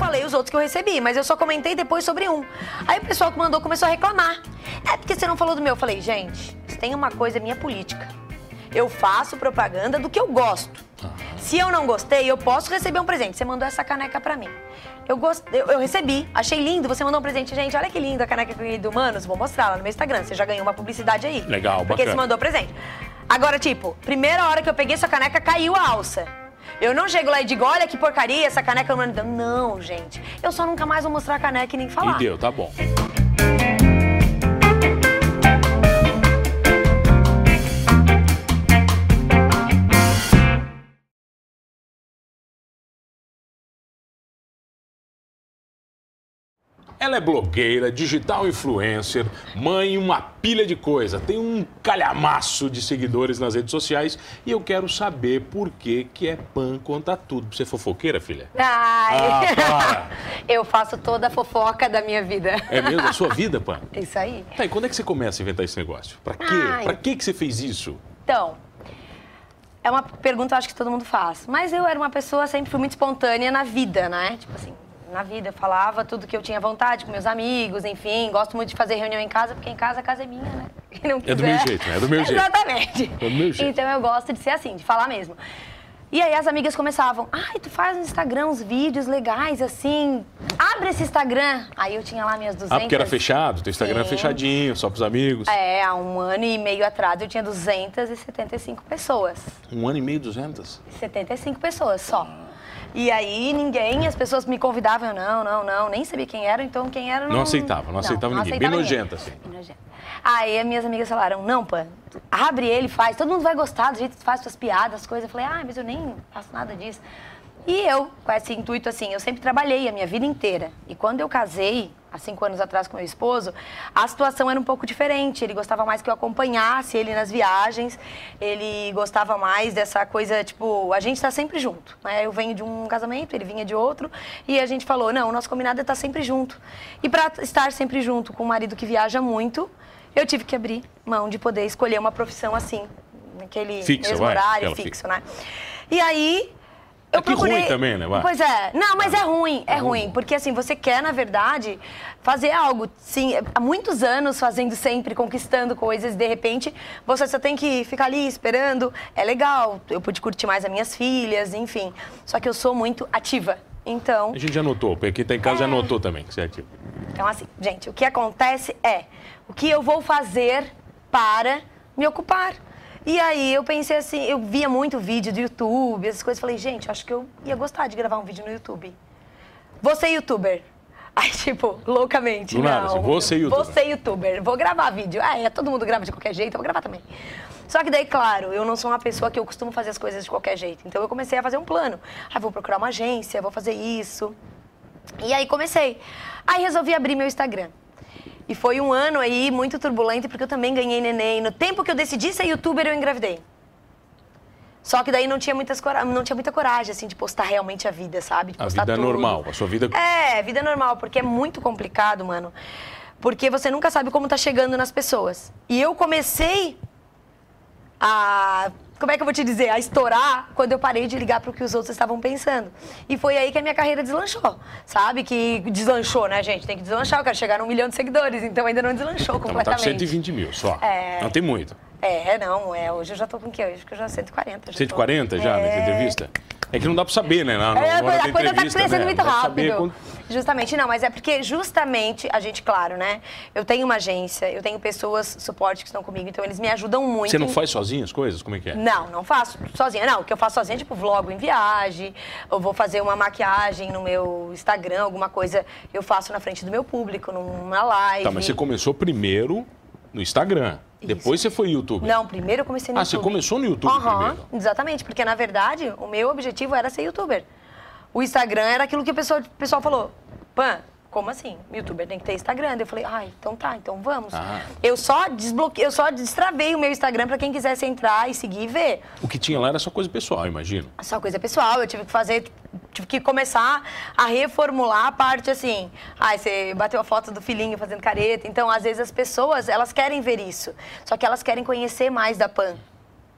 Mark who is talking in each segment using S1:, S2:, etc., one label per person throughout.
S1: falei os outros que eu recebi, mas eu só comentei depois sobre um. Aí o pessoal que mandou começou a reclamar. É porque você não falou do meu. Eu falei, gente, se tem uma coisa, é minha política. Eu faço propaganda do que eu gosto. Se eu não gostei, eu posso receber um presente. Você mandou essa caneca pra mim. Eu, gost... eu, eu recebi, achei lindo. Você mandou um presente, gente. Olha que lindo a caneca que eu ganhei do Manos. Vou mostrar lá no meu Instagram. Você já ganhou uma publicidade aí.
S2: Legal,
S1: Porque
S2: bacana.
S1: você mandou presente. Agora, tipo, primeira hora que eu peguei sua caneca, caiu a alça. Eu não chego lá e digo, olha que porcaria, essa caneca eu não deu. Não, gente. Eu só nunca mais vou mostrar a caneca e nem falar.
S2: E deu, tá bom. Ela é blogueira, digital influencer, mãe, uma pilha de coisa. Tem um calhamaço de seguidores nas redes sociais e eu quero saber por que que é pan conta tudo. Você é fofoqueira, filha?
S1: Ai.
S2: Ah,
S1: eu faço toda a fofoca da minha vida.
S2: É mesmo a sua vida, pan?
S1: É Isso aí.
S2: Tá, e quando é que você começa a inventar esse negócio? Pra quê?
S1: Ai.
S2: Pra quê que você fez isso?
S1: Então, é uma pergunta eu acho que todo mundo faz. Mas eu era uma pessoa, sempre fui muito espontânea na vida, né? Tipo assim, na vida. Eu falava tudo que eu tinha vontade com meus amigos, enfim. Gosto muito de fazer reunião em casa, porque em casa a casa é minha, né? Quem não
S2: É do meu jeito, né? É do meu jeito.
S1: Exatamente.
S2: É do meu jeito.
S1: Então eu gosto de ser assim, de falar mesmo. E aí as amigas começavam, ai, tu faz no Instagram uns vídeos legais, assim, abre esse Instagram. Aí eu tinha lá minhas 200...
S2: Ah, porque era fechado, teu Instagram era
S1: Sim.
S2: fechadinho, só pros amigos.
S1: É, há um ano e meio atrás eu tinha 275 pessoas.
S2: Um ano e meio, 200?
S1: 75 pessoas só. E aí ninguém, as pessoas me convidavam, eu não, não, não, nem sabia quem era, então quem era não...
S2: Não aceitava, não aceitava ninguém. Bem nojenta, assim.
S1: Bem nojenta. Aí as minhas amigas falaram, não, pã, abre ele, faz, todo mundo vai gostar do jeito que tu faz suas piadas, as coisas. Eu falei, ah, mas eu nem faço nada disso. E eu, com esse intuito assim, eu sempre trabalhei a minha vida inteira. E quando eu casei, há cinco anos atrás com meu esposo, a situação era um pouco diferente. Ele gostava mais que eu acompanhasse ele nas viagens, ele gostava mais dessa coisa, tipo, a gente tá sempre junto. Né? Eu venho de um casamento, ele vinha de outro, e a gente falou: não, o nosso combinado é estar sempre junto. E para estar sempre junto com um marido que viaja muito, eu tive que abrir mão de poder escolher uma profissão assim, naquele
S2: Fixa,
S1: mesmo
S2: vai,
S1: horário,
S2: aquela
S1: fixo,
S2: fixa.
S1: né? E aí. Eu
S2: É que ruim também, né, vai?
S1: Pois é. Não, mas é ruim, é ruim. Porque assim, você quer, na verdade, fazer algo. Sim, há muitos anos fazendo sempre, conquistando coisas, de repente, você só tem que ficar ali esperando. É legal, eu pude curtir mais as minhas filhas, enfim. Só que eu sou muito ativa. Então,
S2: A gente já notou, porque quem tá em casa já notou também que você é ativo.
S1: então assim, gente, o que acontece é o que eu vou fazer para me ocupar. E aí eu pensei assim, eu via muito vídeo do YouTube, essas coisas, falei, gente, acho que eu ia gostar de gravar um vídeo no YouTube. Você youtuber. Aí, tipo, loucamente.
S2: Do
S1: não,
S2: nada, assim, vou ser youtuber.
S1: Você youtuber. Vou gravar vídeo. Ah, é, todo mundo grava de qualquer jeito, eu vou gravar também. Só que daí, claro, eu não sou uma pessoa que eu costumo fazer as coisas de qualquer jeito. Então eu comecei a fazer um plano. Ah, vou procurar uma agência, vou fazer isso. E aí comecei. Aí resolvi abrir meu Instagram. E foi um ano aí muito turbulento, porque eu também ganhei neném. No tempo que eu decidi ser youtuber, eu engravidei. Só que daí não tinha, muitas, cora- não tinha muita coragem, assim, de postar realmente a vida, sabe? De
S2: A
S1: postar
S2: vida é
S1: Tá tudo.
S2: normal, a sua vida... tá
S1: É, vida normal, porque é muito complicado, mano. Porque você nunca sabe como tá chegando nas pessoas. E eu comecei a. Como é que eu vou te dizer? A estourar quando eu parei de ligar pro que os outros estavam pensando. E foi aí que a minha carreira deslanchou. Sabe? Que deslanchou, né, gente? Tem que deslanchar. Eu quero chegar num milhão de seguidores, então ainda não deslanchou
S2: Então, tá com
S1: completamente.
S2: 120 mil só.
S1: É.
S2: Não tem muito.
S1: É, não, é. Hoje eu já tô com o quê? Hoje acho que eu já 140. Já
S2: 140 já né? nessa entrevista? É que não dá pra saber, né? Na, na
S1: É, a
S2: hora
S1: coisa-
S2: da
S1: a coisa tá
S2: entrevista,
S1: crescendo
S2: né?
S1: muito
S2: Não dá pra saber
S1: rápido.
S2: quanto-
S1: Justamente, não, mas é porque justamente a gente, claro, né? Eu tenho uma agência, eu tenho pessoas, suporte que estão comigo, então eles me ajudam muito.
S2: Você não faz sozinha as coisas? Como é que é?
S1: Não, não faço sozinha. Não, o que eu faço sozinha é tipo vlog em viagem, eu vou fazer uma maquiagem no meu Instagram, alguma coisa eu faço na frente do meu público, numa live.
S2: Tá, mas você começou primeiro no Instagram. Depois você foi YouTube.
S1: Não, primeiro eu comecei no
S2: Ah, você
S1: YouTube.
S2: começou no YouTube
S1: Aham,
S2: primeiro?
S1: Exatamente, porque na verdade o meu objetivo era ser youtuber. O Instagram era aquilo que o pessoal, o pessoal falou. Pan, como assim? Youtuber tem que ter Instagram. Daí Eu falei, ai, então tá, então vamos.
S2: Ah.
S1: Eu só desbloqueei, eu só destravei o meu Instagram pra quem quisesse entrar e seguir e ver.
S2: O que tinha lá era só coisa pessoal, imagino.
S1: Só coisa pessoal, eu tive que fazer, tive que começar a reformular a parte assim. Ai, você bateu a foto do filhinho fazendo careta. Então, às vezes as pessoas, elas querem ver isso. Só que elas querem conhecer mais da Pan.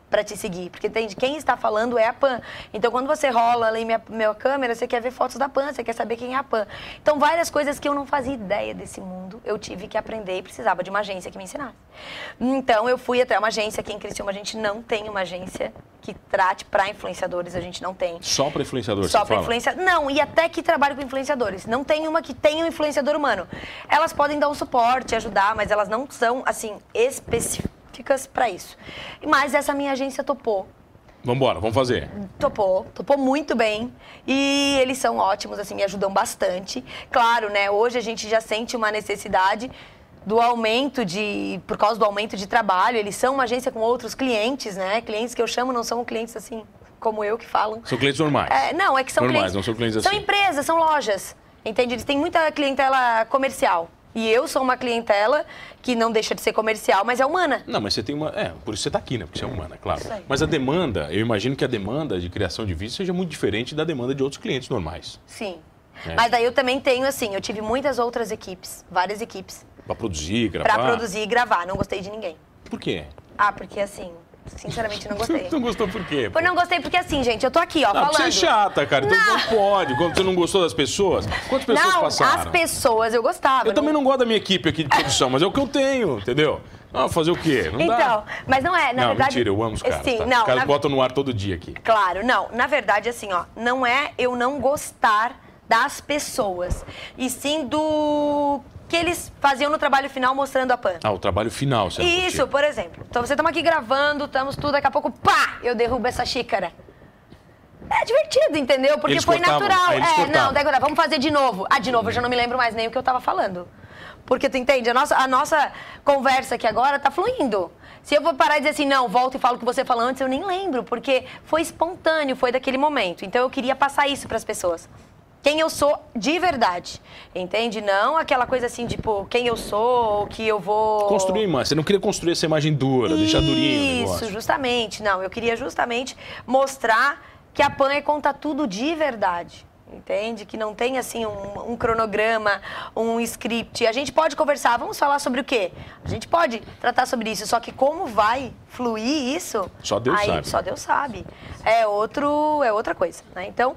S1: Pra para te seguir. Porque tem, quem está falando é a Pan. Então, quando você rola ali minha, minha câmera, você quer ver fotos da Pan, você quer saber quem é a Pan. Então, várias coisas que eu não fazia ideia desse mundo, eu tive que aprender e precisava de uma agência que me ensinasse. Então, eu fui até uma agência aqui em Criciúma. A gente não tem uma agência que trate para influenciadores, a gente não tem.
S2: Só para influenciador,
S1: Só
S2: você
S1: para
S2: fala?
S1: influencia... Não, e até que trabalho com influenciadores. Não tem uma que tenha um influenciador humano. Elas podem dar um suporte, ajudar, mas elas não são, assim, específicas para isso. Mas essa minha agência topou.
S2: Vambora, vamos fazer.
S1: Topou, topou muito bem. E eles são ótimos, assim, me ajudam bastante. Claro, né? Hoje a gente já sente uma necessidade do aumento de. por causa do aumento de trabalho. Eles são uma agência com outros clientes, né? Clientes que eu chamo não são clientes assim como eu que falam.
S2: São clientes normais.
S1: É, não, é que são
S2: Normais,
S1: clientes.
S2: não são clientes assim.
S1: empresas, são lojas. Entende? Eles têm muita clientela comercial. E eu sou uma clientela que não deixa de ser comercial, mas é humana.
S2: Não, mas você tem uma. É, por isso você está aqui, né? Porque você é humana, claro.
S1: Isso aí.
S2: Mas a demanda, eu imagino que a demanda de criação de vídeo seja muito diferente da demanda de outros clientes normais.
S1: Sim.
S2: É.
S1: Mas daí eu também tenho, assim, eu tive muitas outras equipes, várias equipes,
S2: Para produzir, gravar.
S1: pra produzir e gravar. Não gostei de ninguém.
S2: Por quê?
S1: Ah, porque assim, sinceramente não gostei.
S2: não gostou por quê? pô?
S1: Eu não gostei porque assim, gente, eu tô aqui, ó,
S2: Ah,
S1: falando.
S2: porque você é chata, cara. Então não pode. Quando você não gostou das pessoas, quantas pessoas
S1: não,
S2: passaram?
S1: as pessoas eu gostava.
S2: Eu também não gosto da minha equipe aqui de produção, mas é o que eu tenho, entendeu? Ah, fazer o quê? Não
S1: Então,
S2: dá.
S1: mas não é, na
S2: não,
S1: verdade.
S2: mentira, eu amo os caras.
S1: Sim,
S2: tá?
S1: não,
S2: os caras
S1: na-
S2: botam no ar todo dia aqui.
S1: Claro, não. Na verdade, assim, ó, não é eu não gostar das pessoas, e sim do que eles faziam no trabalho final mostrando a pan.
S2: Ah, o trabalho final, você não
S1: Isso,
S2: curtiu.
S1: por exemplo. Então você estamos aqui gravando, estamos tudo, daqui a pouco, pá, eu derrubo essa xícara. É divertido, entendeu? Porque
S2: Eles
S1: foi
S2: cortavam,
S1: natural.
S2: aí eles
S1: É,
S2: cortavam.
S1: não, daí agora vamos fazer de novo. Ah, de novo, eu já não me lembro mais nem o que eu tava falando. Porque tu entende? A nossa, a nossa conversa aqui agora tá fluindo. Se eu vou parar e dizer assim, não, volta e falo o que você falou antes, eu nem lembro, porque foi espontâneo, foi daquele momento. Então eu queria passar isso pras pessoas. Quem eu sou de verdade. Entende? Não aquela coisa assim, tipo, quem eu sou, o que eu vou.
S2: Construir a imagem. Você não queria construir essa imagem dura, deixar durinho o
S1: Isso,
S2: negócio.
S1: justamente. Não, eu queria justamente mostrar que a PAN é conta tudo de verdade. Entende? Que não tem assim um, um cronograma, um script. A gente pode conversar, vamos falar sobre o quê? A gente pode tratar sobre isso, só que como vai fluir isso?
S2: Só Deus
S1: aí,
S2: sabe.
S1: Só Deus sabe. É outro, é outra coisa, né? Então,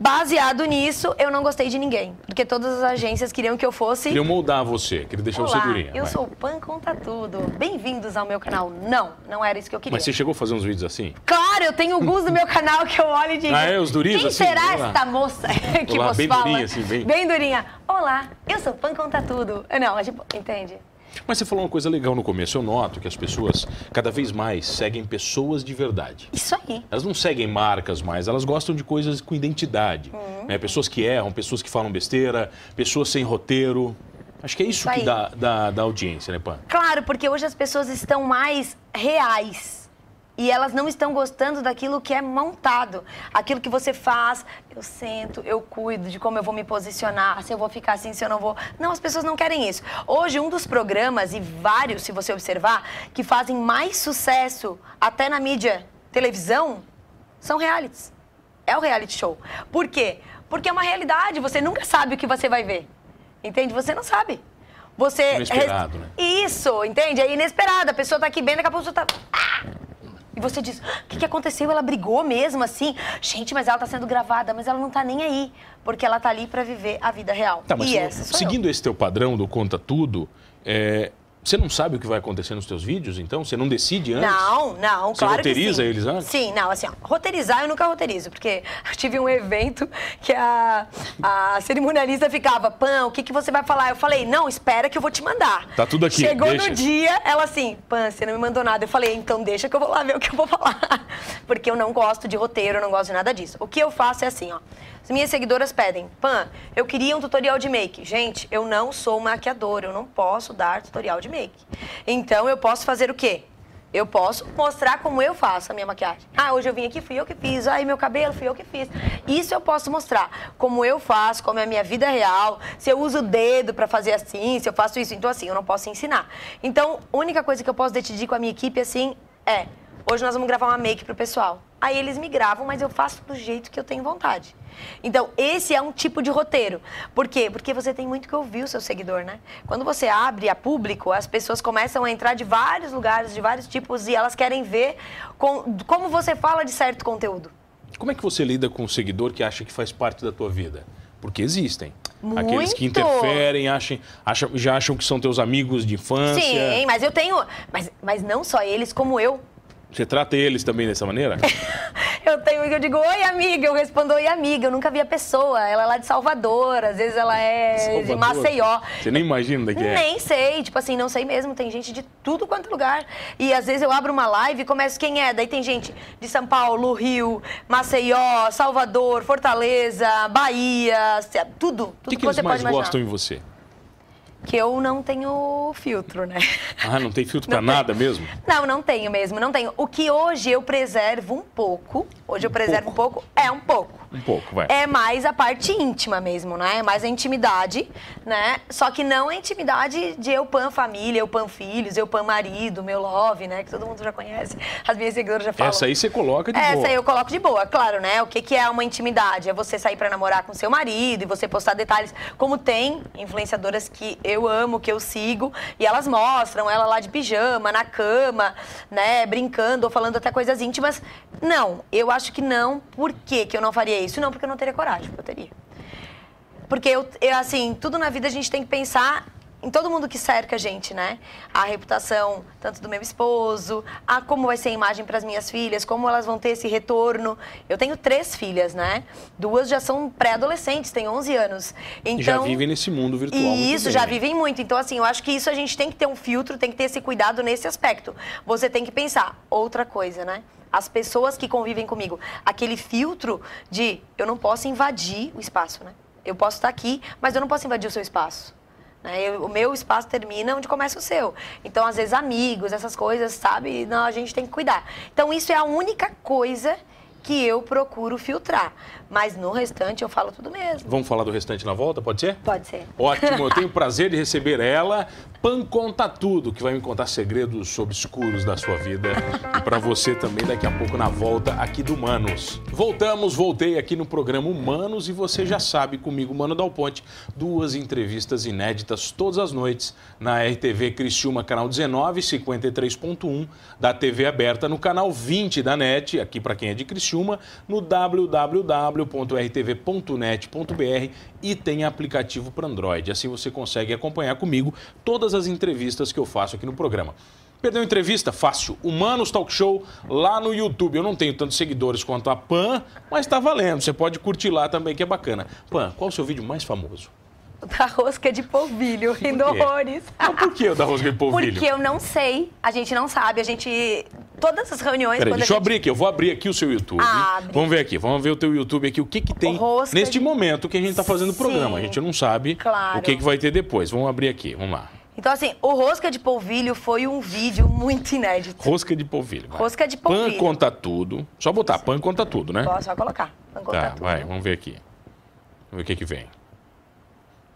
S1: baseado nisso, eu não gostei de ninguém, porque todas as agências queriam que eu fosse
S2: Queria moldar você, queria deixar você
S1: Olá,
S2: durinha.
S1: eu
S2: vai.
S1: sou o Pan Conta Tudo. Bem-vindos ao meu canal. Não, não era isso que eu queria.
S2: Mas você chegou a fazer uns vídeos assim?
S1: Claro, eu tenho alguns no meu canal que eu olho e digo...
S2: Ah, é? Os durinhos,
S1: Quem
S2: assim?
S1: será
S2: Olá.
S1: esta moça que
S2: Olá,
S1: vos
S2: bem
S1: fala?
S2: durinha, assim, bem-
S1: durinha. Olá, eu sou o Pan Conta Tudo. Não, a gente... Entende?
S2: Mas você falou uma coisa legal no começo. Eu noto que as pessoas cada vez mais seguem pessoas de verdade.
S1: Isso aí.
S2: Elas não seguem marcas mais, elas gostam de coisas com identidade.
S1: Uhum.
S2: né? Pessoas que erram, pessoas que falam besteira, pessoas sem roteiro. Acho que é
S1: Isso
S2: isso, que
S1: aí.
S2: dá, dá, dá audiência, né, Pan?
S1: Claro, porque hoje as pessoas estão mais reais. E elas não estão gostando daquilo que é montado. Aquilo que você faz, eu sento, eu cuido de como eu vou me posicionar, se eu vou ficar assim, se eu não vou. Não, as pessoas não querem isso. Hoje, um dos programas, e vários, se você observar, que fazem mais sucesso até na mídia televisão, são realities. É o reality show. Por quê? Porque é uma realidade, você nunca sabe o que você vai ver. Entende? Você não sabe. Você.
S2: Inesperado, né?
S1: Isso, entende? É inesperado. A pessoa tá aqui bem, daqui a pouco você tá. Ah! E você diz, "Ah, o que, que aconteceu? Ela brigou mesmo assim? Gente, mas ela tá sendo gravada, mas ela não tá nem aí. Porque ela tá ali pra viver a vida real.
S2: Tá, mas
S1: e
S2: se-
S1: essa sou
S2: seguindo esse teu padrão do conta tudo, é, você não sabe o que vai acontecer nos teus vídeos, então? Você não decide
S1: eu.
S2: antes?
S1: Não, não,
S2: Você
S1: claro que
S2: roteiriza
S1: sim.
S2: eles né? antes?
S1: Sim, não, assim, ó, roteirizar eu nunca roteirizo, porque eu tive um evento que a, a cerimonialista ficava, Pan, o que, que você vai falar? Eu falei, não, espera que eu vou te mandar.
S2: Tá tudo aqui,
S1: Chegou
S2: deixa.
S1: no dia, ela assim, Pan, você não me mandou nada. Eu falei, então deixa que eu vou lá ver o que eu vou falar. Porque eu não gosto de roteiro, eu não gosto de nada disso. O que eu faço é assim, ó. As minhas seguidoras pedem, Pan, eu queria um tutorial de make. Gente, eu não sou maquiadora, eu não posso dar tutorial de make. Então eu posso fazer o quê? Eu posso mostrar como eu faço a minha maquiagem. Ah, hoje eu vim aqui, fui eu que fiz. Aí meu cabelo, fui eu que fiz. Isso eu posso mostrar. Como eu faço, como é a minha vida real. Se eu uso o dedo pra fazer assim, se eu faço isso. Então, assim, eu não posso ensinar. Então, a única coisa que eu posso decidir com a minha equipe, assim, é hoje nós vamos gravar uma make pro pessoal. Aí eles me gravam, mas eu faço do jeito que eu tenho vontade. Então, esse é um tipo de roteiro. Por quê? Porque você tem muito que ouvir o seu seguidor, né? Quando você abre a público, as pessoas começam a entrar de vários lugares, de vários tipos, e elas querem ver com- como você fala de certo conteúdo.
S2: Como é que você lida com um seguidor que acha que faz parte da tua vida? Porque existem. Aqueles que
S1: Muito.
S2: interferem, acham, acham- já acham que são teus amigos de infância.
S1: Sim, mas eu tenho. Mas, mas não só eles, como eu.
S2: Você trata eles também dessa
S1: É,
S2: maneira?
S1: Eu tenho, eu digo, oi amiga, eu respondo, oi amiga, eu nunca vi a pessoa. Ela é lá de Salvador, às vezes ela é de
S2: Salvador.
S1: Maceió.
S2: Você nem imagina onde é que é.
S1: Nem sei, tipo assim, não sei mesmo. Tem gente de tudo quanto é lugar. E às vezes eu abro uma live e começo quem é. Daí tem gente de São Paulo, Rio, Maceió, Salvador, Fortaleza, Bahia, se- tudo.
S2: O
S1: Tudo
S2: que,
S1: que,
S2: que eles
S1: você pode
S2: mais
S1: imaginar.
S2: gostam em você?
S1: Que eu não tenho filtro, né?
S2: Ah, não tem filtro pra
S1: Não tem.
S2: nada mesmo?
S1: Não, não tenho mesmo, não tenho. O que hoje eu preservo um pouco, hoje eu preservo um pouco, é um pouco.
S2: Um pouco, vai.
S1: É mais a parte íntima mesmo, né? É mais a intimidade, né? Só que não a intimidade de eu pan família, eu pan filhos, eu pan marido, meu love, né? Que todo mundo já conhece, as minhas seguidoras já falam.
S2: Essa aí você coloca de
S1: Essa
S2: boa.
S1: aí eu coloco de boa, claro, né? O que, que é uma intimidade? É você sair pra namorar com seu marido e você postar detalhes. Como tem influenciadoras que eu amo, que eu sigo, e elas mostram ela lá de pijama, na cama, né? Brincando ou falando até coisas íntimas. Não, eu acho que não. Por que, que eu não faria isso? Não, porque eu não teria coragem, porque eu teria. Porque eu, eu, assim, tudo na vida a gente tem que pensar em todo mundo que cerca a gente, né? A reputação tanto do meu esposo, a como vai ser a imagem para as minhas filhas, como elas vão ter esse retorno. Eu tenho três filhas, né? Duas já são pré-adolescentes, têm 11 anos. Então,
S2: E já vivem nesse mundo virtual. muito
S1: e isso,
S2: bem,
S1: já
S2: né?
S1: vivem muito. Então, assim, eu acho que isso a gente tem que ter um filtro, tem que ter esse cuidado nesse aspecto. Você tem que pensar outra coisa, né? As pessoas que convivem comigo. Aquele filtro de eu não posso invadir o espaço, né? Eu posso estar aqui, mas eu não posso invadir o seu espaço. né? Eu- o meu espaço termina onde começa o seu. Então, às vezes, amigos, essas coisas, sabe? Não, a gente tem que cuidar. Então, isso é a única coisa que eu procuro filtrar. Mas no restante, eu falo tudo mesmo.
S2: Vamos falar do restante na volta, pode ser?
S1: Pode ser.
S2: Ótimo, eu tenho o prazer de receber ela, Pan Conta Tudo, que vai me contar segredos obscuros da sua vida e para você também daqui a pouco na volta aqui do Humanos. Voltamos, voltei aqui no programa Humanos e você já sabe comigo, Mano Dal Ponte, duas entrevistas inéditas todas as noites na RTV Criciúma, canal 19, 53.1 da TV aberta, no canal 20 da NET, aqui para quem é de Criciúma, no www.rtv.net.br e tem aplicativo para Android. Assim você consegue acompanhar comigo todas as entrevistas que eu faço aqui no programa. Perdeu a entrevista? Fácil. Humanos Talk Show lá no YouTube. Eu não tenho tantos seguidores quanto a Pan, mas tá valendo. Você pode curtir lá também, que é bacana. Pan, qual o seu vídeo mais famoso?
S1: Da rosca de polvilho, rindo
S2: quê?
S1: horrores. Ah,
S2: Mas por que o da Rosca de Polvilho?
S1: Porque eu não sei, a gente não sabe, a gente. Todas as reuniões.
S2: Peraí,
S1: quando
S2: deixa
S1: a gente...
S2: eu
S1: Ah,
S2: abrir aqui. Eu vou abrir aqui o seu YouTube.
S1: Abre.
S2: Vamos ver aqui. Vamos ver o teu YouTube aqui. O que que tem
S1: Rosca
S2: neste
S1: de-
S2: momento que a gente está fazendo o programa. A gente não sabe
S1: Claro.
S2: o que, que vai ter depois. Vamos abrir aqui. Vamos lá.
S1: Então, assim, o rosca de polvilho foi um vídeo muito inédito.
S2: Rosca de polvilho. vai.
S1: Rosca de
S2: Pan
S1: polvilho.
S2: conta tudo. Só botar pan conta tudo, né?
S1: Ó, só colocar. Vamos
S2: Tá,
S1: colocar tudo.
S2: vai. Vamos ver aqui. Vamos ver o que que vem.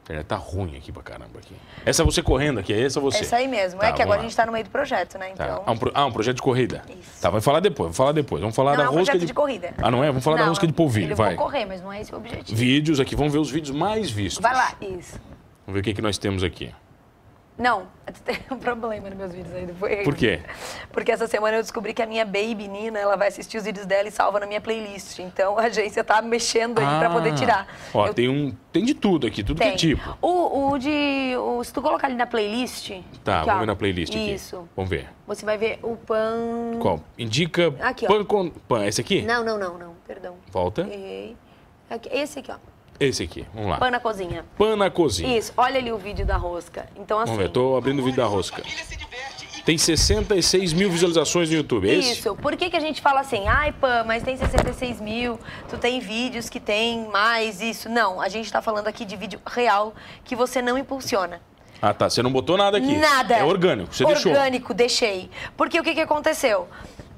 S2: Pera, tá ruim aqui pra caramba aqui. Essa é você correndo aqui, é essa é você.
S1: É isso aí mesmo.
S2: Tá,
S1: é que
S2: vamos
S1: agora
S2: lá.
S1: a gente tá no meio do projeto, né?
S2: Tá.
S1: Então.
S2: Ah, um pro- ah, um projeto de corrida.
S1: Isso.
S2: Tá, vai falar depois, vamos falar depois. Vamos falar
S1: Não,
S2: da
S1: é um
S2: rosca
S1: projeto de... corrida.
S2: Ah, não é? Vamos falar da
S1: Não,
S2: rosca de polvilho,
S1: eu
S2: vai.
S1: vou correr, mas não é esse o objetivo.
S2: Vídeos aqui, vamos ver os vídeos mais vistos.
S1: Vai lá, isso.
S2: Vamos ver o que, que nós temos aqui.
S1: Não, tem um problema nos meus vídeos aí depois.
S2: Por quê?
S1: Porque essa semana eu descobri que a minha baby Nina, ela vai assistir os vídeos dela e salva na minha playlist. Então a agência tá mexendo aí pra poder tirar.
S2: Ah. Ó,
S1: Eu
S2: tem um. Tem de tudo aqui, tudo que é
S1: tenho.
S2: tipo.
S1: O, o de. o- se tu colocar ali na playlist.
S2: Tá,
S1: aqui, ó,
S2: vamos ver na playlist aqui.
S1: Isso.
S2: Vamos ver.
S1: Você vai ver o pan.
S2: Qual? Indica.
S1: Aqui, ó.
S2: pan, com- pan. Esse aqui?
S1: Não, não, não, não. Perdão.
S2: Volta.
S1: Errei. Aqui, esse aqui, ó.
S2: Esse aqui. Vamos lá.
S1: Pan
S2: Pan,
S1: na cozinha.
S2: na cozinha.
S1: Isso, olha ali o vídeo da rosca. Então assim.
S2: Vamos ver, tô abrindo o vídeo da rosca. Tem 66 mil visualizações no YouTube. é Esse?
S1: Isso. Por que, que a gente fala assim, ai, Pam, mas tem 66 mil, tu tem vídeos que tem mais isso? Não, a gente tá falando aqui de vídeo real que você não impulsiona.
S2: Ah, tá. Você não botou nada aqui.
S1: Nada.
S2: É orgânico. Você deixou.
S1: Orgânico, deixei. Porque o que, que aconteceu?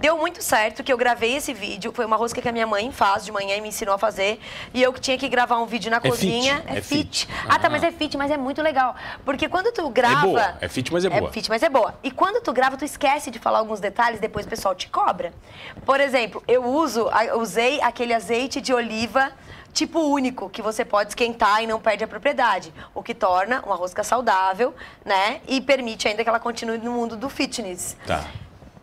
S1: Deu muito certo que eu gravei esse vídeo. Foi uma rosca que a minha mãe faz de manhã e me ensinou a fazer. E eu que tinha que gravar um vídeo na
S2: fit,
S1: cozinha.
S2: é fit.
S1: Ah, tá,
S2: Ah.
S1: mas é fit, mas é muito legal. Porque quando tu grava.
S2: É boa. É fit, mas é boa.
S1: É fit, mas é boa. E quando tu grava, tu esquece de falar alguns detalhes, depois o pessoal te cobra. Por exemplo, eu uso, a- eu usei aquele azeite de oliva tipo único, que você pode esquentar e não perde a propriedade. O que torna uma rosca saudável, né? E permite ainda que ela continue no mundo do fitness.
S2: Tá.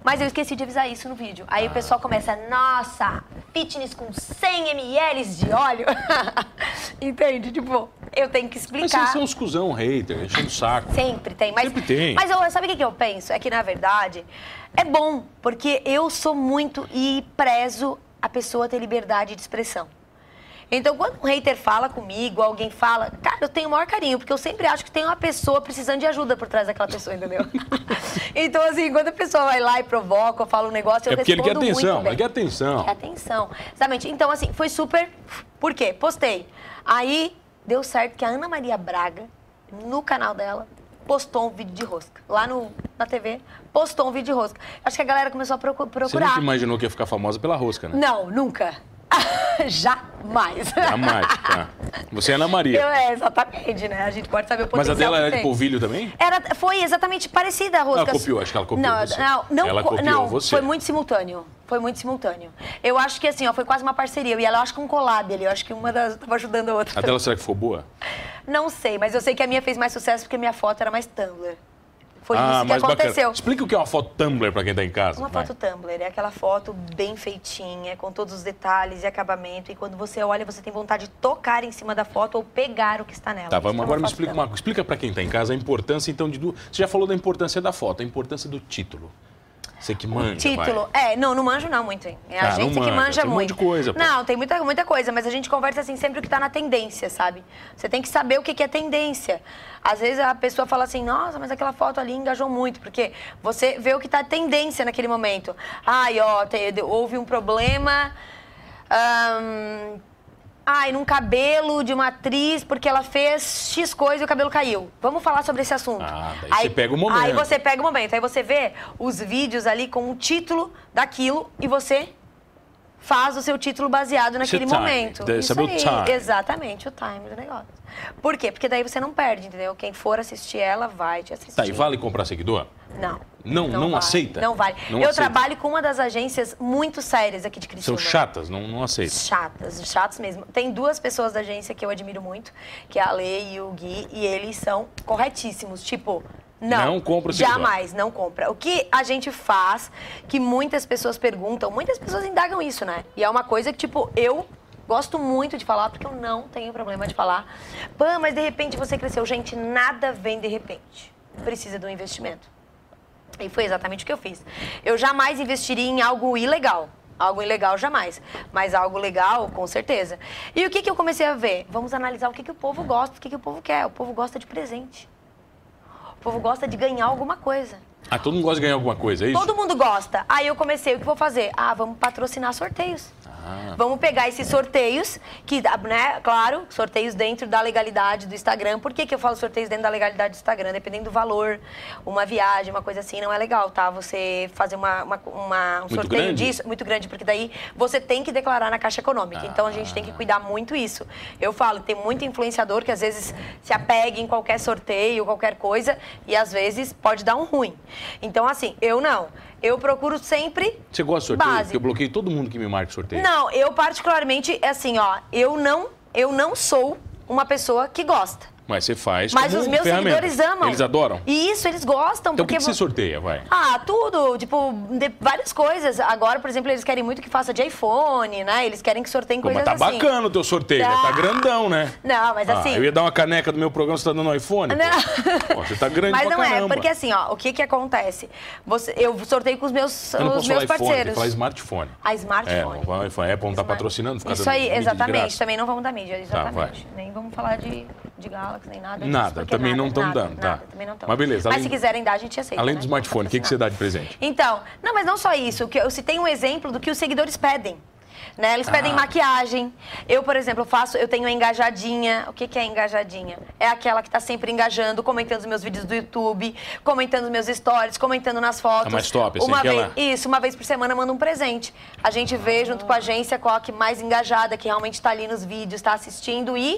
S1: Mas eu esqueci de avisar isso no vídeo. Aí o pessoal começa, nossa, fitness com 100 ml de óleo. Entende? Tipo, eu tenho que
S2: Mas
S1: explicar.
S2: vocês são os cuzão, hater, enchendo o saco.
S1: Sempre tem, mas.
S2: Sempre tem.
S1: Mas eu, sabe o que que eu penso? É que, na verdade, é bom, porque eu sou muito e prezo a pessoa ter liberdade de expressão. Então, quando um hater fala comigo, alguém fala, cara, eu tenho o maior carinho, porque eu sempre acho que tem uma pessoa precisando de ajuda por trás daquela pessoa, entendeu? então, assim, quando a pessoa vai lá e provoca, ou fala um negócio, eu
S2: É porque ele
S1: respondo
S2: quer
S1: muito
S2: atenção,
S1: bem.
S2: ele quer atenção.
S1: É atenção. Exatamente. Então, assim, foi super. Por quê? Postei. Aí deu certo que a Ana Maria Braga, no canal dela, postou um vídeo de rosca. Lá no, na TV, postou um vídeo de rosca. Acho que a galera começou a procu-
S2: Você
S1: procurar.
S2: nunca imaginou que ia ficar famosa pela rosca, né?
S1: Não, nunca. Jamais.
S2: Jamais. Tá. Você é Ana Maria.
S1: Eu, é, exatamente, né? A gente pode saber o
S2: Mas a
S1: potencial
S2: dela
S1: que
S2: é, tipo, era de
S1: tem.
S2: polvilho também?
S1: Era, foi exatamente parecida a rosca.
S2: Ela copiou, acho que ela copiou
S1: Não,
S2: você.
S1: não, não,
S2: Ela
S1: co-
S2: copiou
S1: não,
S2: você.
S1: foi muito simultâneo. Foi muito simultâneo. Eu acho que assim, ó, foi quase uma parceria. Eu E ela, eu acho que um collab ali. Eu acho que uma das tava ajudando a outra.
S2: A dela será que ficou boa?
S1: Não sei, mas eu sei que a minha fez mais sucesso porque a minha foto era mais Tumblr. Foi isso que
S2: Ah, mais
S1: aconteceu.
S2: Explica o que é uma foto Tumblr pra quem tá em casa.
S1: Uma
S2: vai.
S1: foto Tumblr é aquela foto bem feitinha, com todos os detalhes e acabamento. E quando você olha, você tem vontade de tocar em cima da foto ou pegar o que está nela.
S2: Tá,
S1: Isso que é
S2: vamos
S1: uma
S2: agora me
S1: foto
S2: explica
S1: Tumblr.
S2: uma Explica pra quem tá em casa a importância, então, de duas. Você já falou da importância da foto, a importância do título. Você que manja.
S1: Título.
S2: vai.
S1: É, não, não manjo não muito, hein? É a
S2: Ah, não
S1: gente que
S2: manja,
S1: manja
S2: tem um monte
S1: muito.
S2: de coisa, pô.
S1: Não, tem muita, muita coisa, mas a gente conversa assim sempre o que tá na tendência, sabe? Você tem que saber o que, que é tendência. Às vezes a pessoa fala assim, nossa, mas aquela foto ali engajou muito, porque você vê o que tá tendência naquele momento. Ai, ó, te- de- houve um problema. ahn, Ai, num cabelo de uma atriz, porque ela fez X coisa e o cabelo caiu. Vamos falar sobre esse assunto.
S2: Ah, daí você pega o momento.
S1: Aí você você pega o momento, aí você vê os vídeos ali com o título daquilo e você faz o seu título baseado naquele
S2: é time,
S1: momento.
S2: deve saber o time.
S1: Exatamente, o time do negócio. Por quê? Porque daí você não perde, entendeu? Quem for assistir ela vai te assistir.
S2: Tá, e vale comprar seguidor?
S1: Não.
S2: Não, não
S1: vale.
S2: aceita?
S1: Não vale.
S2: Não
S1: Eu
S2: aceita.
S1: trabalho com uma das agências muito sérias aqui de
S2: São
S1: Criciúma.
S2: chatas, não, não aceito.
S1: Chatas, chatos mesmo. Tem duas pessoas da agência que eu admiro muito, que é a Lei e o Gui, e eles são corretíssimos. Tipo, não.
S2: Não compra o seguidor.
S1: Jamais, não compra. O que a gente faz, que muitas pessoas perguntam, muitas pessoas indagam isso, né? E é uma coisa que, tipo, eu gosto muito de falar, porque eu não tenho problema de falar. Pã, mas de repente você cresceu. Gente, nada vem de repente. Precisa de um investimento. E foi exatamente o que eu fiz. Eu jamais investiria em algo ilegal. Algo ilegal, jamais. Mas algo legal, com certeza. E o que, que eu comecei a ver? Vamos analisar o que, que o povo gosta, o que, que o povo quer. O povo gosta de presente. O povo gosta de ganhar alguma coisa.
S2: Ah, todo mundo gosta de ganhar alguma coisa, é isso?
S1: Todo mundo gosta. Aí eu comecei, o que eu vou fazer? Ah, vamos patrocinar sorteios.
S2: Ah,
S1: Vamos pegar esses sorteios, que, né, claro, sorteios dentro da legalidade do Instagram. Por que, que eu falo sorteios dentro da legalidade do Instagram? Dependendo do valor, uma viagem, uma coisa assim, não é legal, tá? Você fazer uma, uma- uma- um sorteio
S2: grande?
S1: disso, muito grande, porque daí você tem que declarar na Caixa Econômica. Então a gente tem que cuidar muito isso. Eu falo, tem muito influenciador que às vezes se apega em qualquer sorteio, qualquer coisa, e às vezes pode dar um ruim. Então, assim, eu não. Eu procuro sempre
S2: você gosta de sorteio?
S1: Base.
S2: Porque eu bloqueei todo mundo que me marca sorteio.
S1: não, eu particularmente, assim, ó, eu não, eu não sou uma pessoa que gosta.
S2: Mas você faz.
S1: Mas
S2: como
S1: os meus
S2: ferramenta.
S1: seguidores amam.
S2: Eles adoram?
S1: E isso, eles gostam.
S2: Então o
S1: porque
S2: que, que você
S1: vo-
S2: sorteia, vai?
S1: ah, tudo, tipo, de- várias coisas. Agora, por exemplo, eles querem muito que faça de iPhone, né? Eles querem que sorteiem
S2: Pô,
S1: coisas
S2: mas tá
S1: assim.
S2: bacana o teu sorteio, né? Tá
S1: Tá.
S2: grandão, né?
S1: Não, mas
S2: Ah,
S1: assim.
S2: eu ia dar uma caneca do meu programa, você tá dando um iPhone? pô?
S1: Não.
S2: Pô, você tá grande
S1: Mas
S2: pra
S1: não
S2: caramba.
S1: é, porque assim, ó, o que que acontece? Você, eu sorteio com os meus,
S2: Eu não
S1: os
S2: posso
S1: meus
S2: falar iPhone, tem que
S1: parceiros.
S2: falar smartphone.
S1: A
S2: É,
S1: smartphone.
S2: não fala iPhone. A Apple não tá patrocinando, fica
S1: Isso
S2: dando
S1: aí,
S2: mídia de
S1: exatamente.
S2: graça. Tá,
S1: Também não vamos dar mídia, exatamente.
S2: vai.
S1: nem vamos falar de, de Galaxy, nem nada. disso,
S2: Nada,
S1: porque
S2: também
S1: nada,
S2: não tão
S1: nada,
S2: dando,
S1: nada,
S2: tá.
S1: Também não tão.
S2: Mas beleza, além-
S1: Mas se quiserem dar, a gente aceita.
S2: Além
S1: né?
S2: do smartphone, o que, que você dá de presente?
S1: Então, não, mas não só isso. Que eu citei um exemplo do que os seguidores pedem. Né? Eles pedem
S2: Ah.
S1: maquiagem. Eu, por exemplo, faço, eu tenho a engajadinha. O que, que é engajadinha? É aquela que tá sempre engajando, comentando os meus vídeos do YouTube, comentando os meus stories, comentando nas fotos.
S2: mais top, assim,
S1: uma vez,
S2: aquela-
S1: Isso, uma vez por semana manda um presente. A gente vê junto com a agência qual a que mais engajada, que realmente tá ali nos vídeos, tá assistindo e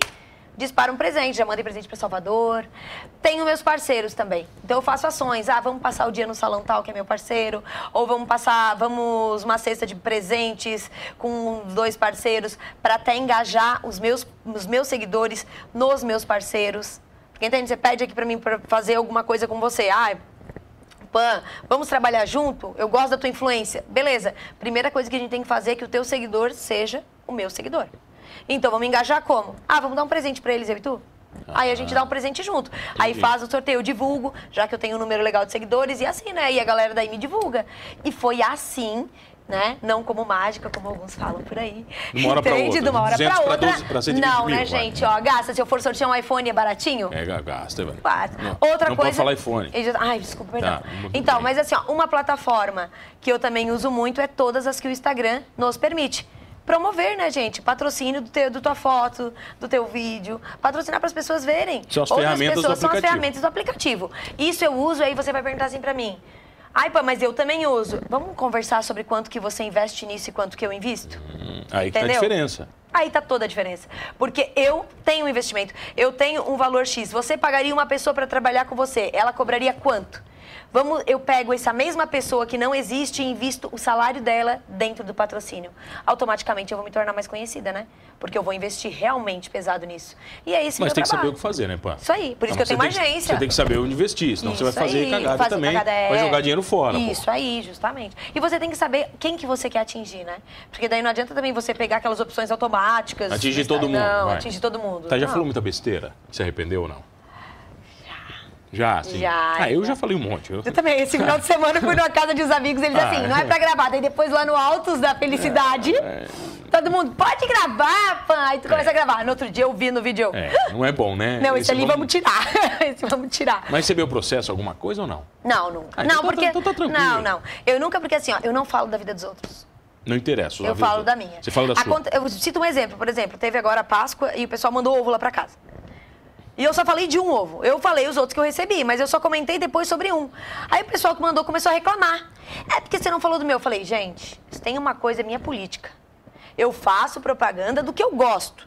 S1: dispara um presente. Já mandei presente para Salvador. Tenho meus parceiros também. Então eu faço ações. Ah, vamos passar o dia no salão tal, que é meu parceiro. Ou vamos passar, vamos uma cesta de presentes com dois parceiros para até engajar os meus, os meus seguidores nos meus parceiros. Porque entende? Você pede aqui para mim para fazer alguma coisa com você. Ah, Pan, vamos trabalhar junto? Eu gosto da tua influência. Beleza. Primeira coisa que a gente tem que fazer é que o teu seguidor seja o meu seguidor. Então, vamos engajar como? Ah, vamos dar um presente pra eles, eu e tu? Aí a gente dá um presente junto. Aí
S2: Ah, Entendi.
S1: faz o sorteio, eu divulgo, já que eu tenho um número legal de seguidores, e assim, né? E a galera daí me divulga. E foi assim, né? Não como mágica, como alguns falam por aí.
S2: De uma hora pra
S1: Entende?
S2: outra.
S1: De uma hora
S2: 200
S1: pra
S2: pra
S1: outra.
S2: 12 pra 120
S1: não,
S2: mil,
S1: né,
S2: vai.
S1: gente? Ó, gasta. Se eu for sortear um iPhone, é baratinho?
S2: É, gasta, Evandro.
S1: Quatro.
S2: Não,
S1: Outra
S2: não
S1: coisa.
S2: pode falar iPhone.
S1: Ele já- Ai, desculpa, perdão.
S2: Tá, tudo
S1: então,
S2: bem.
S1: mas assim, ó, uma plataforma que eu também uso muito é todas as que o Instagram nos permite. Promover, né, gente? Patrocínio do teu, do tua foto, do teu vídeo. Patrocinar para as pessoas verem.
S2: São as
S1: Outras
S2: ferramentas do
S1: pessoas são as
S2: aplicativo.
S1: ferramentas do aplicativo. Isso eu uso, aí você vai perguntar assim para mim. Ai, pô, mas eu também uso. Vamos conversar sobre quanto que você investe nisso e quanto que eu invisto?
S2: Aí que tá a
S1: Entendeu?
S2: diferença.
S1: Aí tá toda a diferença. Porque eu tenho um investimento, eu tenho um valor X. Você pagaria uma pessoa para trabalhar com você, ela cobraria quanto? Vamos, eu pego essa mesma pessoa que não existe e invisto o salário dela dentro do patrocínio. Automaticamente eu vou me tornar mais conhecida, né? Porque eu vou investir realmente pesado nisso. E é isso
S2: Mas
S1: que
S2: tem
S1: eu
S2: que saber o
S1: trabalho.
S2: que fazer, né, pá?
S1: Isso aí, por isso
S2: Ah,
S1: que eu tenho
S2: mas
S1: uma
S2: você tem que-
S1: agência.
S2: Você tem que saber onde investir, senão você vai
S1: Isso
S2: fazer
S1: aí,
S2: cagada
S1: fazer
S2: também.
S1: cagada, é.
S2: Vai jogar dinheiro fora. pô.
S1: Isso aí, justamente. E você tem que saber quem que você quer atingir, né? Porque daí não adianta também você pegar aquelas opções automáticas.
S2: Atinge
S1: Instagram.
S2: todo mundo,
S1: Não,
S2: vai.
S1: atinge todo mundo.
S2: Tá, já
S1: Não.
S2: falou muita besteira? Se arrependeu ou não? Já. Já, sim.
S1: Já,
S2: Ah, eu
S1: já.
S2: já falei um monte. Eu-
S1: Eu também, esse final de semana eu fui numa casa de uns amigos, eles
S2: Ah, É,
S1: assim, não é pra gravar. Daí depois lá no Altos da Felicidade, todo mundo, pode gravar, pã. Aí tu começa a gravar. No outro dia eu vi no vídeo. eu,
S2: É, não é bom, né?
S1: Não, esse, ali
S2: vamos-
S1: vamos tirar. esse vamos tirar.
S2: Mas você o processo alguma coisa ou não?
S1: Não, nunca.
S2: Ah, então
S1: não,
S2: tá-
S1: porque.
S2: então tá tranquilo.
S1: não, não. Eu nunca, porque assim, ó, eu não falo da vida dos outros.
S2: Não interessa.
S1: Eu falo da minha.
S2: Você fala da sua.
S1: Aconte- Eu cito um exemplo. Por exemplo, teve agora a Páscoa e o pessoal mandou ovo lá pra casa. E eu só falei de um ovo. Eu falei os outros que eu recebi, mas eu só comentei depois sobre um. Aí o pessoal que mandou começou a reclamar. É porque você não falou do meu. Eu falei, gente, se tem uma coisa, é minha política. Eu faço propaganda do que eu gosto.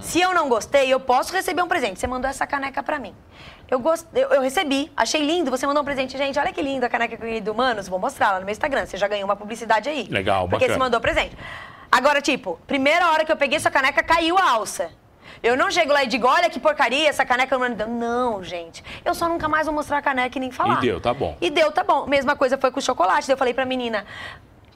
S1: Se eu não gostei, eu posso receber um presente. Você mandou essa caneca pra mim. Eu, gost... eu, eu recebi, achei lindo. Você mandou um presente, gente. Olha que linda a caneca que eu ganhei do Manos. Vou mostrar lá no meu Instagram. Você já ganhou uma publicidade aí.
S2: Legal,
S1: Porque você
S2: bacana.
S1: mandou presente. Agora, tipo, primeira hora que eu peguei sua caneca, caiu a alça. Eu não chego lá e digo, olha que porcaria, essa caneca não me deu. Não, gente. Eu só nunca mais vou mostrar a caneca e nem falar.
S2: E deu, tá bom.
S1: E deu, tá bom. Mesma coisa foi com o chocolate. Daí Eu falei pra menina,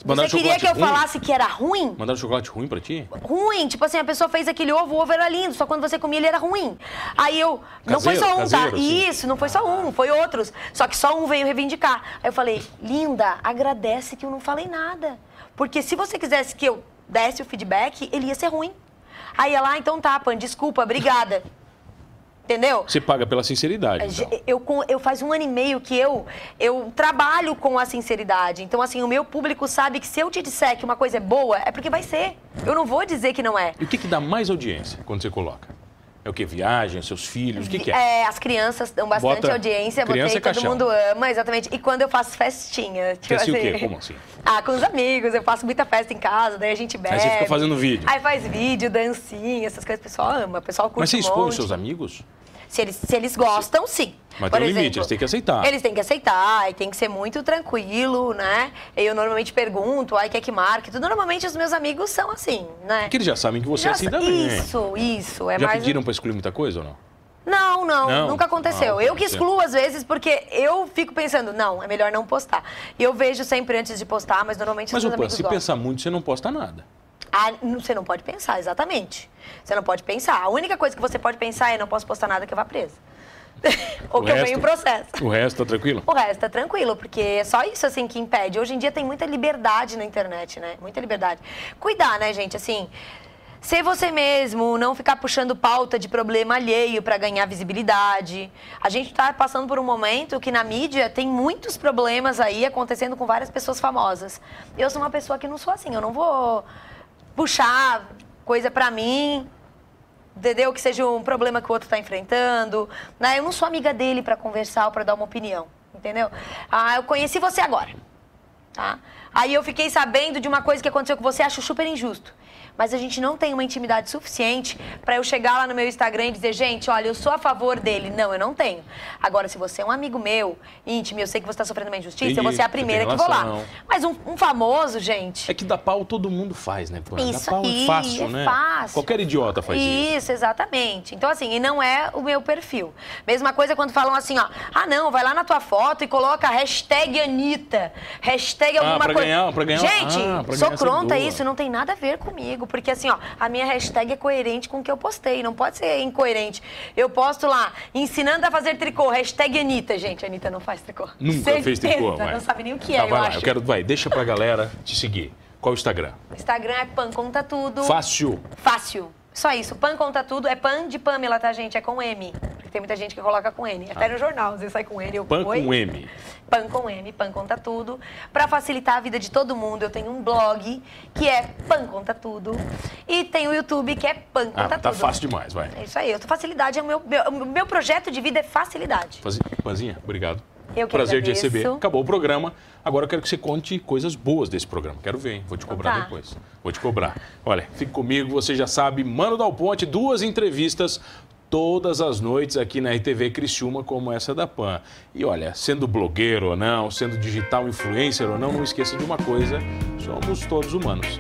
S2: Mandaram
S1: você queria
S2: chocolate
S1: que eu
S2: ruim?
S1: falasse que era ruim?
S2: Mandaram chocolate ruim pra ti?
S1: ruim. Tipo assim, a pessoa fez aquele ovo, o ovo era lindo, só quando você comia ele era ruim. Aí eu. não foi
S2: Caseiro,
S1: só um,
S2: caseiro,
S1: tá?
S2: assim.
S1: Isso, não foi só um, foi outros. Só que só um veio reivindicar. Aí eu falei, linda, agradece que eu não falei nada. Porque se você quisesse que eu desse o feedback, ele ia ser ruim. Aí ela, ah, então tá, Pan, desculpa, obrigada. Entendeu?
S2: Você paga pela sinceridade. então.
S1: Eu, com- eu faz um ano e meio que eu, eu trabalho com a sinceridade. Então, assim, o meu público sabe que se eu te disser que uma coisa é boa, é porque vai ser. Eu não vou dizer que não é.
S2: E o que, que dá mais audiência quando você coloca? É o que? Viagem, seus filhos? O que, que é?
S1: É, as crianças dão bastante
S2: Bota-
S1: audiência,
S2: criança
S1: botei,
S2: é
S1: todo
S2: caixão.
S1: mundo ama, exatamente. E quando eu faço festinha, tipo
S2: Festinha o
S1: assim...
S2: quê? Como assim?
S1: Ah, com os amigos, eu faço muita festa em casa, daí a gente bebe.
S2: Aí você fica fazendo vídeo.
S1: Aí faz vídeo, dancinha, essas coisas, o pessoal ama, o pessoal curte
S2: Mas você
S1: um
S2: expõe
S1: monte.
S2: os seus amigos?
S1: Se eles, se eles gostam, sim.
S2: Mas tem um limite, eles têm que aceitar.
S1: Eles têm que aceitar, e tem que ser muito tranquilo, né? Eu normalmente pergunto, ai, quer que marque? Tudo. Normalmente os meus amigos são assim, né?
S2: Porque eles já sabem que você é
S1: Nossa,
S2: assim também. né?
S1: Isso, isso. É
S2: já
S1: mais
S2: pediram pra excluir muita coisa ou não?
S1: Não, não,
S2: Não?
S1: nunca aconteceu.
S2: Ah,
S1: eu que
S2: aconteceu.
S1: excluo às vezes porque eu fico pensando, não, é melhor não postar. E eu vejo sempre antes de postar, mas normalmente
S2: Mas,
S1: os
S2: ô,
S1: meus
S2: Pan,
S1: amigos
S2: se
S1: gostam.
S2: pensar muito, você não posta nada.
S1: Ah, não, você não pode pensar, exatamente. Você não pode pensar. A única coisa que você pode pensar é não posso postar nada que eu vá presa. Ou
S2: O
S1: que eu venho
S2: resto?
S1: em processo.
S2: O resto tá tranquilo?
S1: O resto é tranquilo, porque é só isso assim que impede. Hoje em dia tem muita liberdade na internet, né? Muita liberdade. Cuidar, né, gente? Assim, ser você mesmo, não ficar puxando pauta de problema alheio pra ganhar visibilidade. A gente tá passando por um momento que na mídia tem muitos problemas aí acontecendo com várias pessoas famosas. Eu sou uma pessoa que não sou assim, eu não vou puxar coisa pra mim, entendeu? Que seja um problema que o outro tá enfrentando. Né? Eu não sou amiga dele pra conversar ou pra dar uma opinião, entendeu? Ah, eu conheci você agora, tá? Aí eu fiquei sabendo de uma coisa que aconteceu com você, acho super injusto. Mas a gente não tem uma intimidade suficiente pra eu chegar lá no meu Instagram e dizer, gente, olha, eu sou a favor dele. Não, eu não tenho. Agora, se você é um amigo meu, íntimo, eu sei que você tá sofrendo uma injustiça, eu vou
S2: Entendi,
S1: ser a
S2: você tem
S1: primeira que vou lá.
S2: relação.
S1: Mas um, um famoso, gente.
S2: É que dar pau todo mundo faz, né? Pô?
S1: Isso
S2: dar pau
S1: aí,
S2: é fácil,
S1: é
S2: né?
S1: fácil.
S2: Qualquer idiota faz isso.
S1: exatamente. Então, assim, e não é o meu perfil. Mesma coisa quando falam assim, ó, ah, não, vai lá na tua foto e coloca hashtag Anitta, hashtag
S2: Ah,
S1: alguma
S2: pra
S1: coisa.
S2: ganhar- pra ganhar-
S1: Gente,
S2: ah, pra
S1: sou
S2: ganhar
S1: pronta
S2: seguidor.
S1: isso, não tem nada a ver comigo, porque assim, ó, a minha hashtag é coerente com o que eu postei, não pode ser incoerente. Eu posto lá, ensinando a fazer tricô, hashtag Anitta, gente, a Anitta não faz tricô.
S2: Nunca fez
S1: Certeza,
S2: tricô, vai.
S1: Não sabe nem o que
S2: Tá,
S1: é, eu
S2: vai lá,
S1: acho.
S2: eu quero, vai, deixa pra galera te seguir. Qual o Instagram?
S1: Instagram é pan, conta tudo.
S2: Fácil.
S1: Fácil. Só isso. Pan conta tudo. É pan de Pamela, tá, gente? É com M. Porque tem muita gente que coloca com N. Até no jornal, às vezes sai com N. Eu,
S2: Ah. Pan
S1: Oi?
S2: com M.
S1: Pan com M, Pan Conta Tudo. Pra facilitar a vida de todo mundo, eu tenho um blog que é Pan Conta Tudo. E tem o YouTube que é Pan
S2: Ah,
S1: Conta
S2: tá
S1: Tudo.
S2: fácil demais, vai.
S1: É isso aí. Eu tô facilidade. É o meu, meu, o meu projeto de vida é facilidade.
S2: Fazi- Panzinha, obrigado.
S1: Eu que
S2: Prazer de
S1: agradeço.
S2: receber. Acabou o programa. Agora eu quero que você conte coisas boas desse programa. Quero ver, hein? Vou te cobrar
S1: tá.
S2: depois. Vou te cobrar. Olha, fique comigo, você já sabe. Mano Dal Ponte, duas entrevistas todas as noites aqui na RTV Criciúma, como essa da PAN. E olha, sendo blogueiro ou não, sendo digital influencer ou não, não esqueça de uma coisa: somos todos humanos.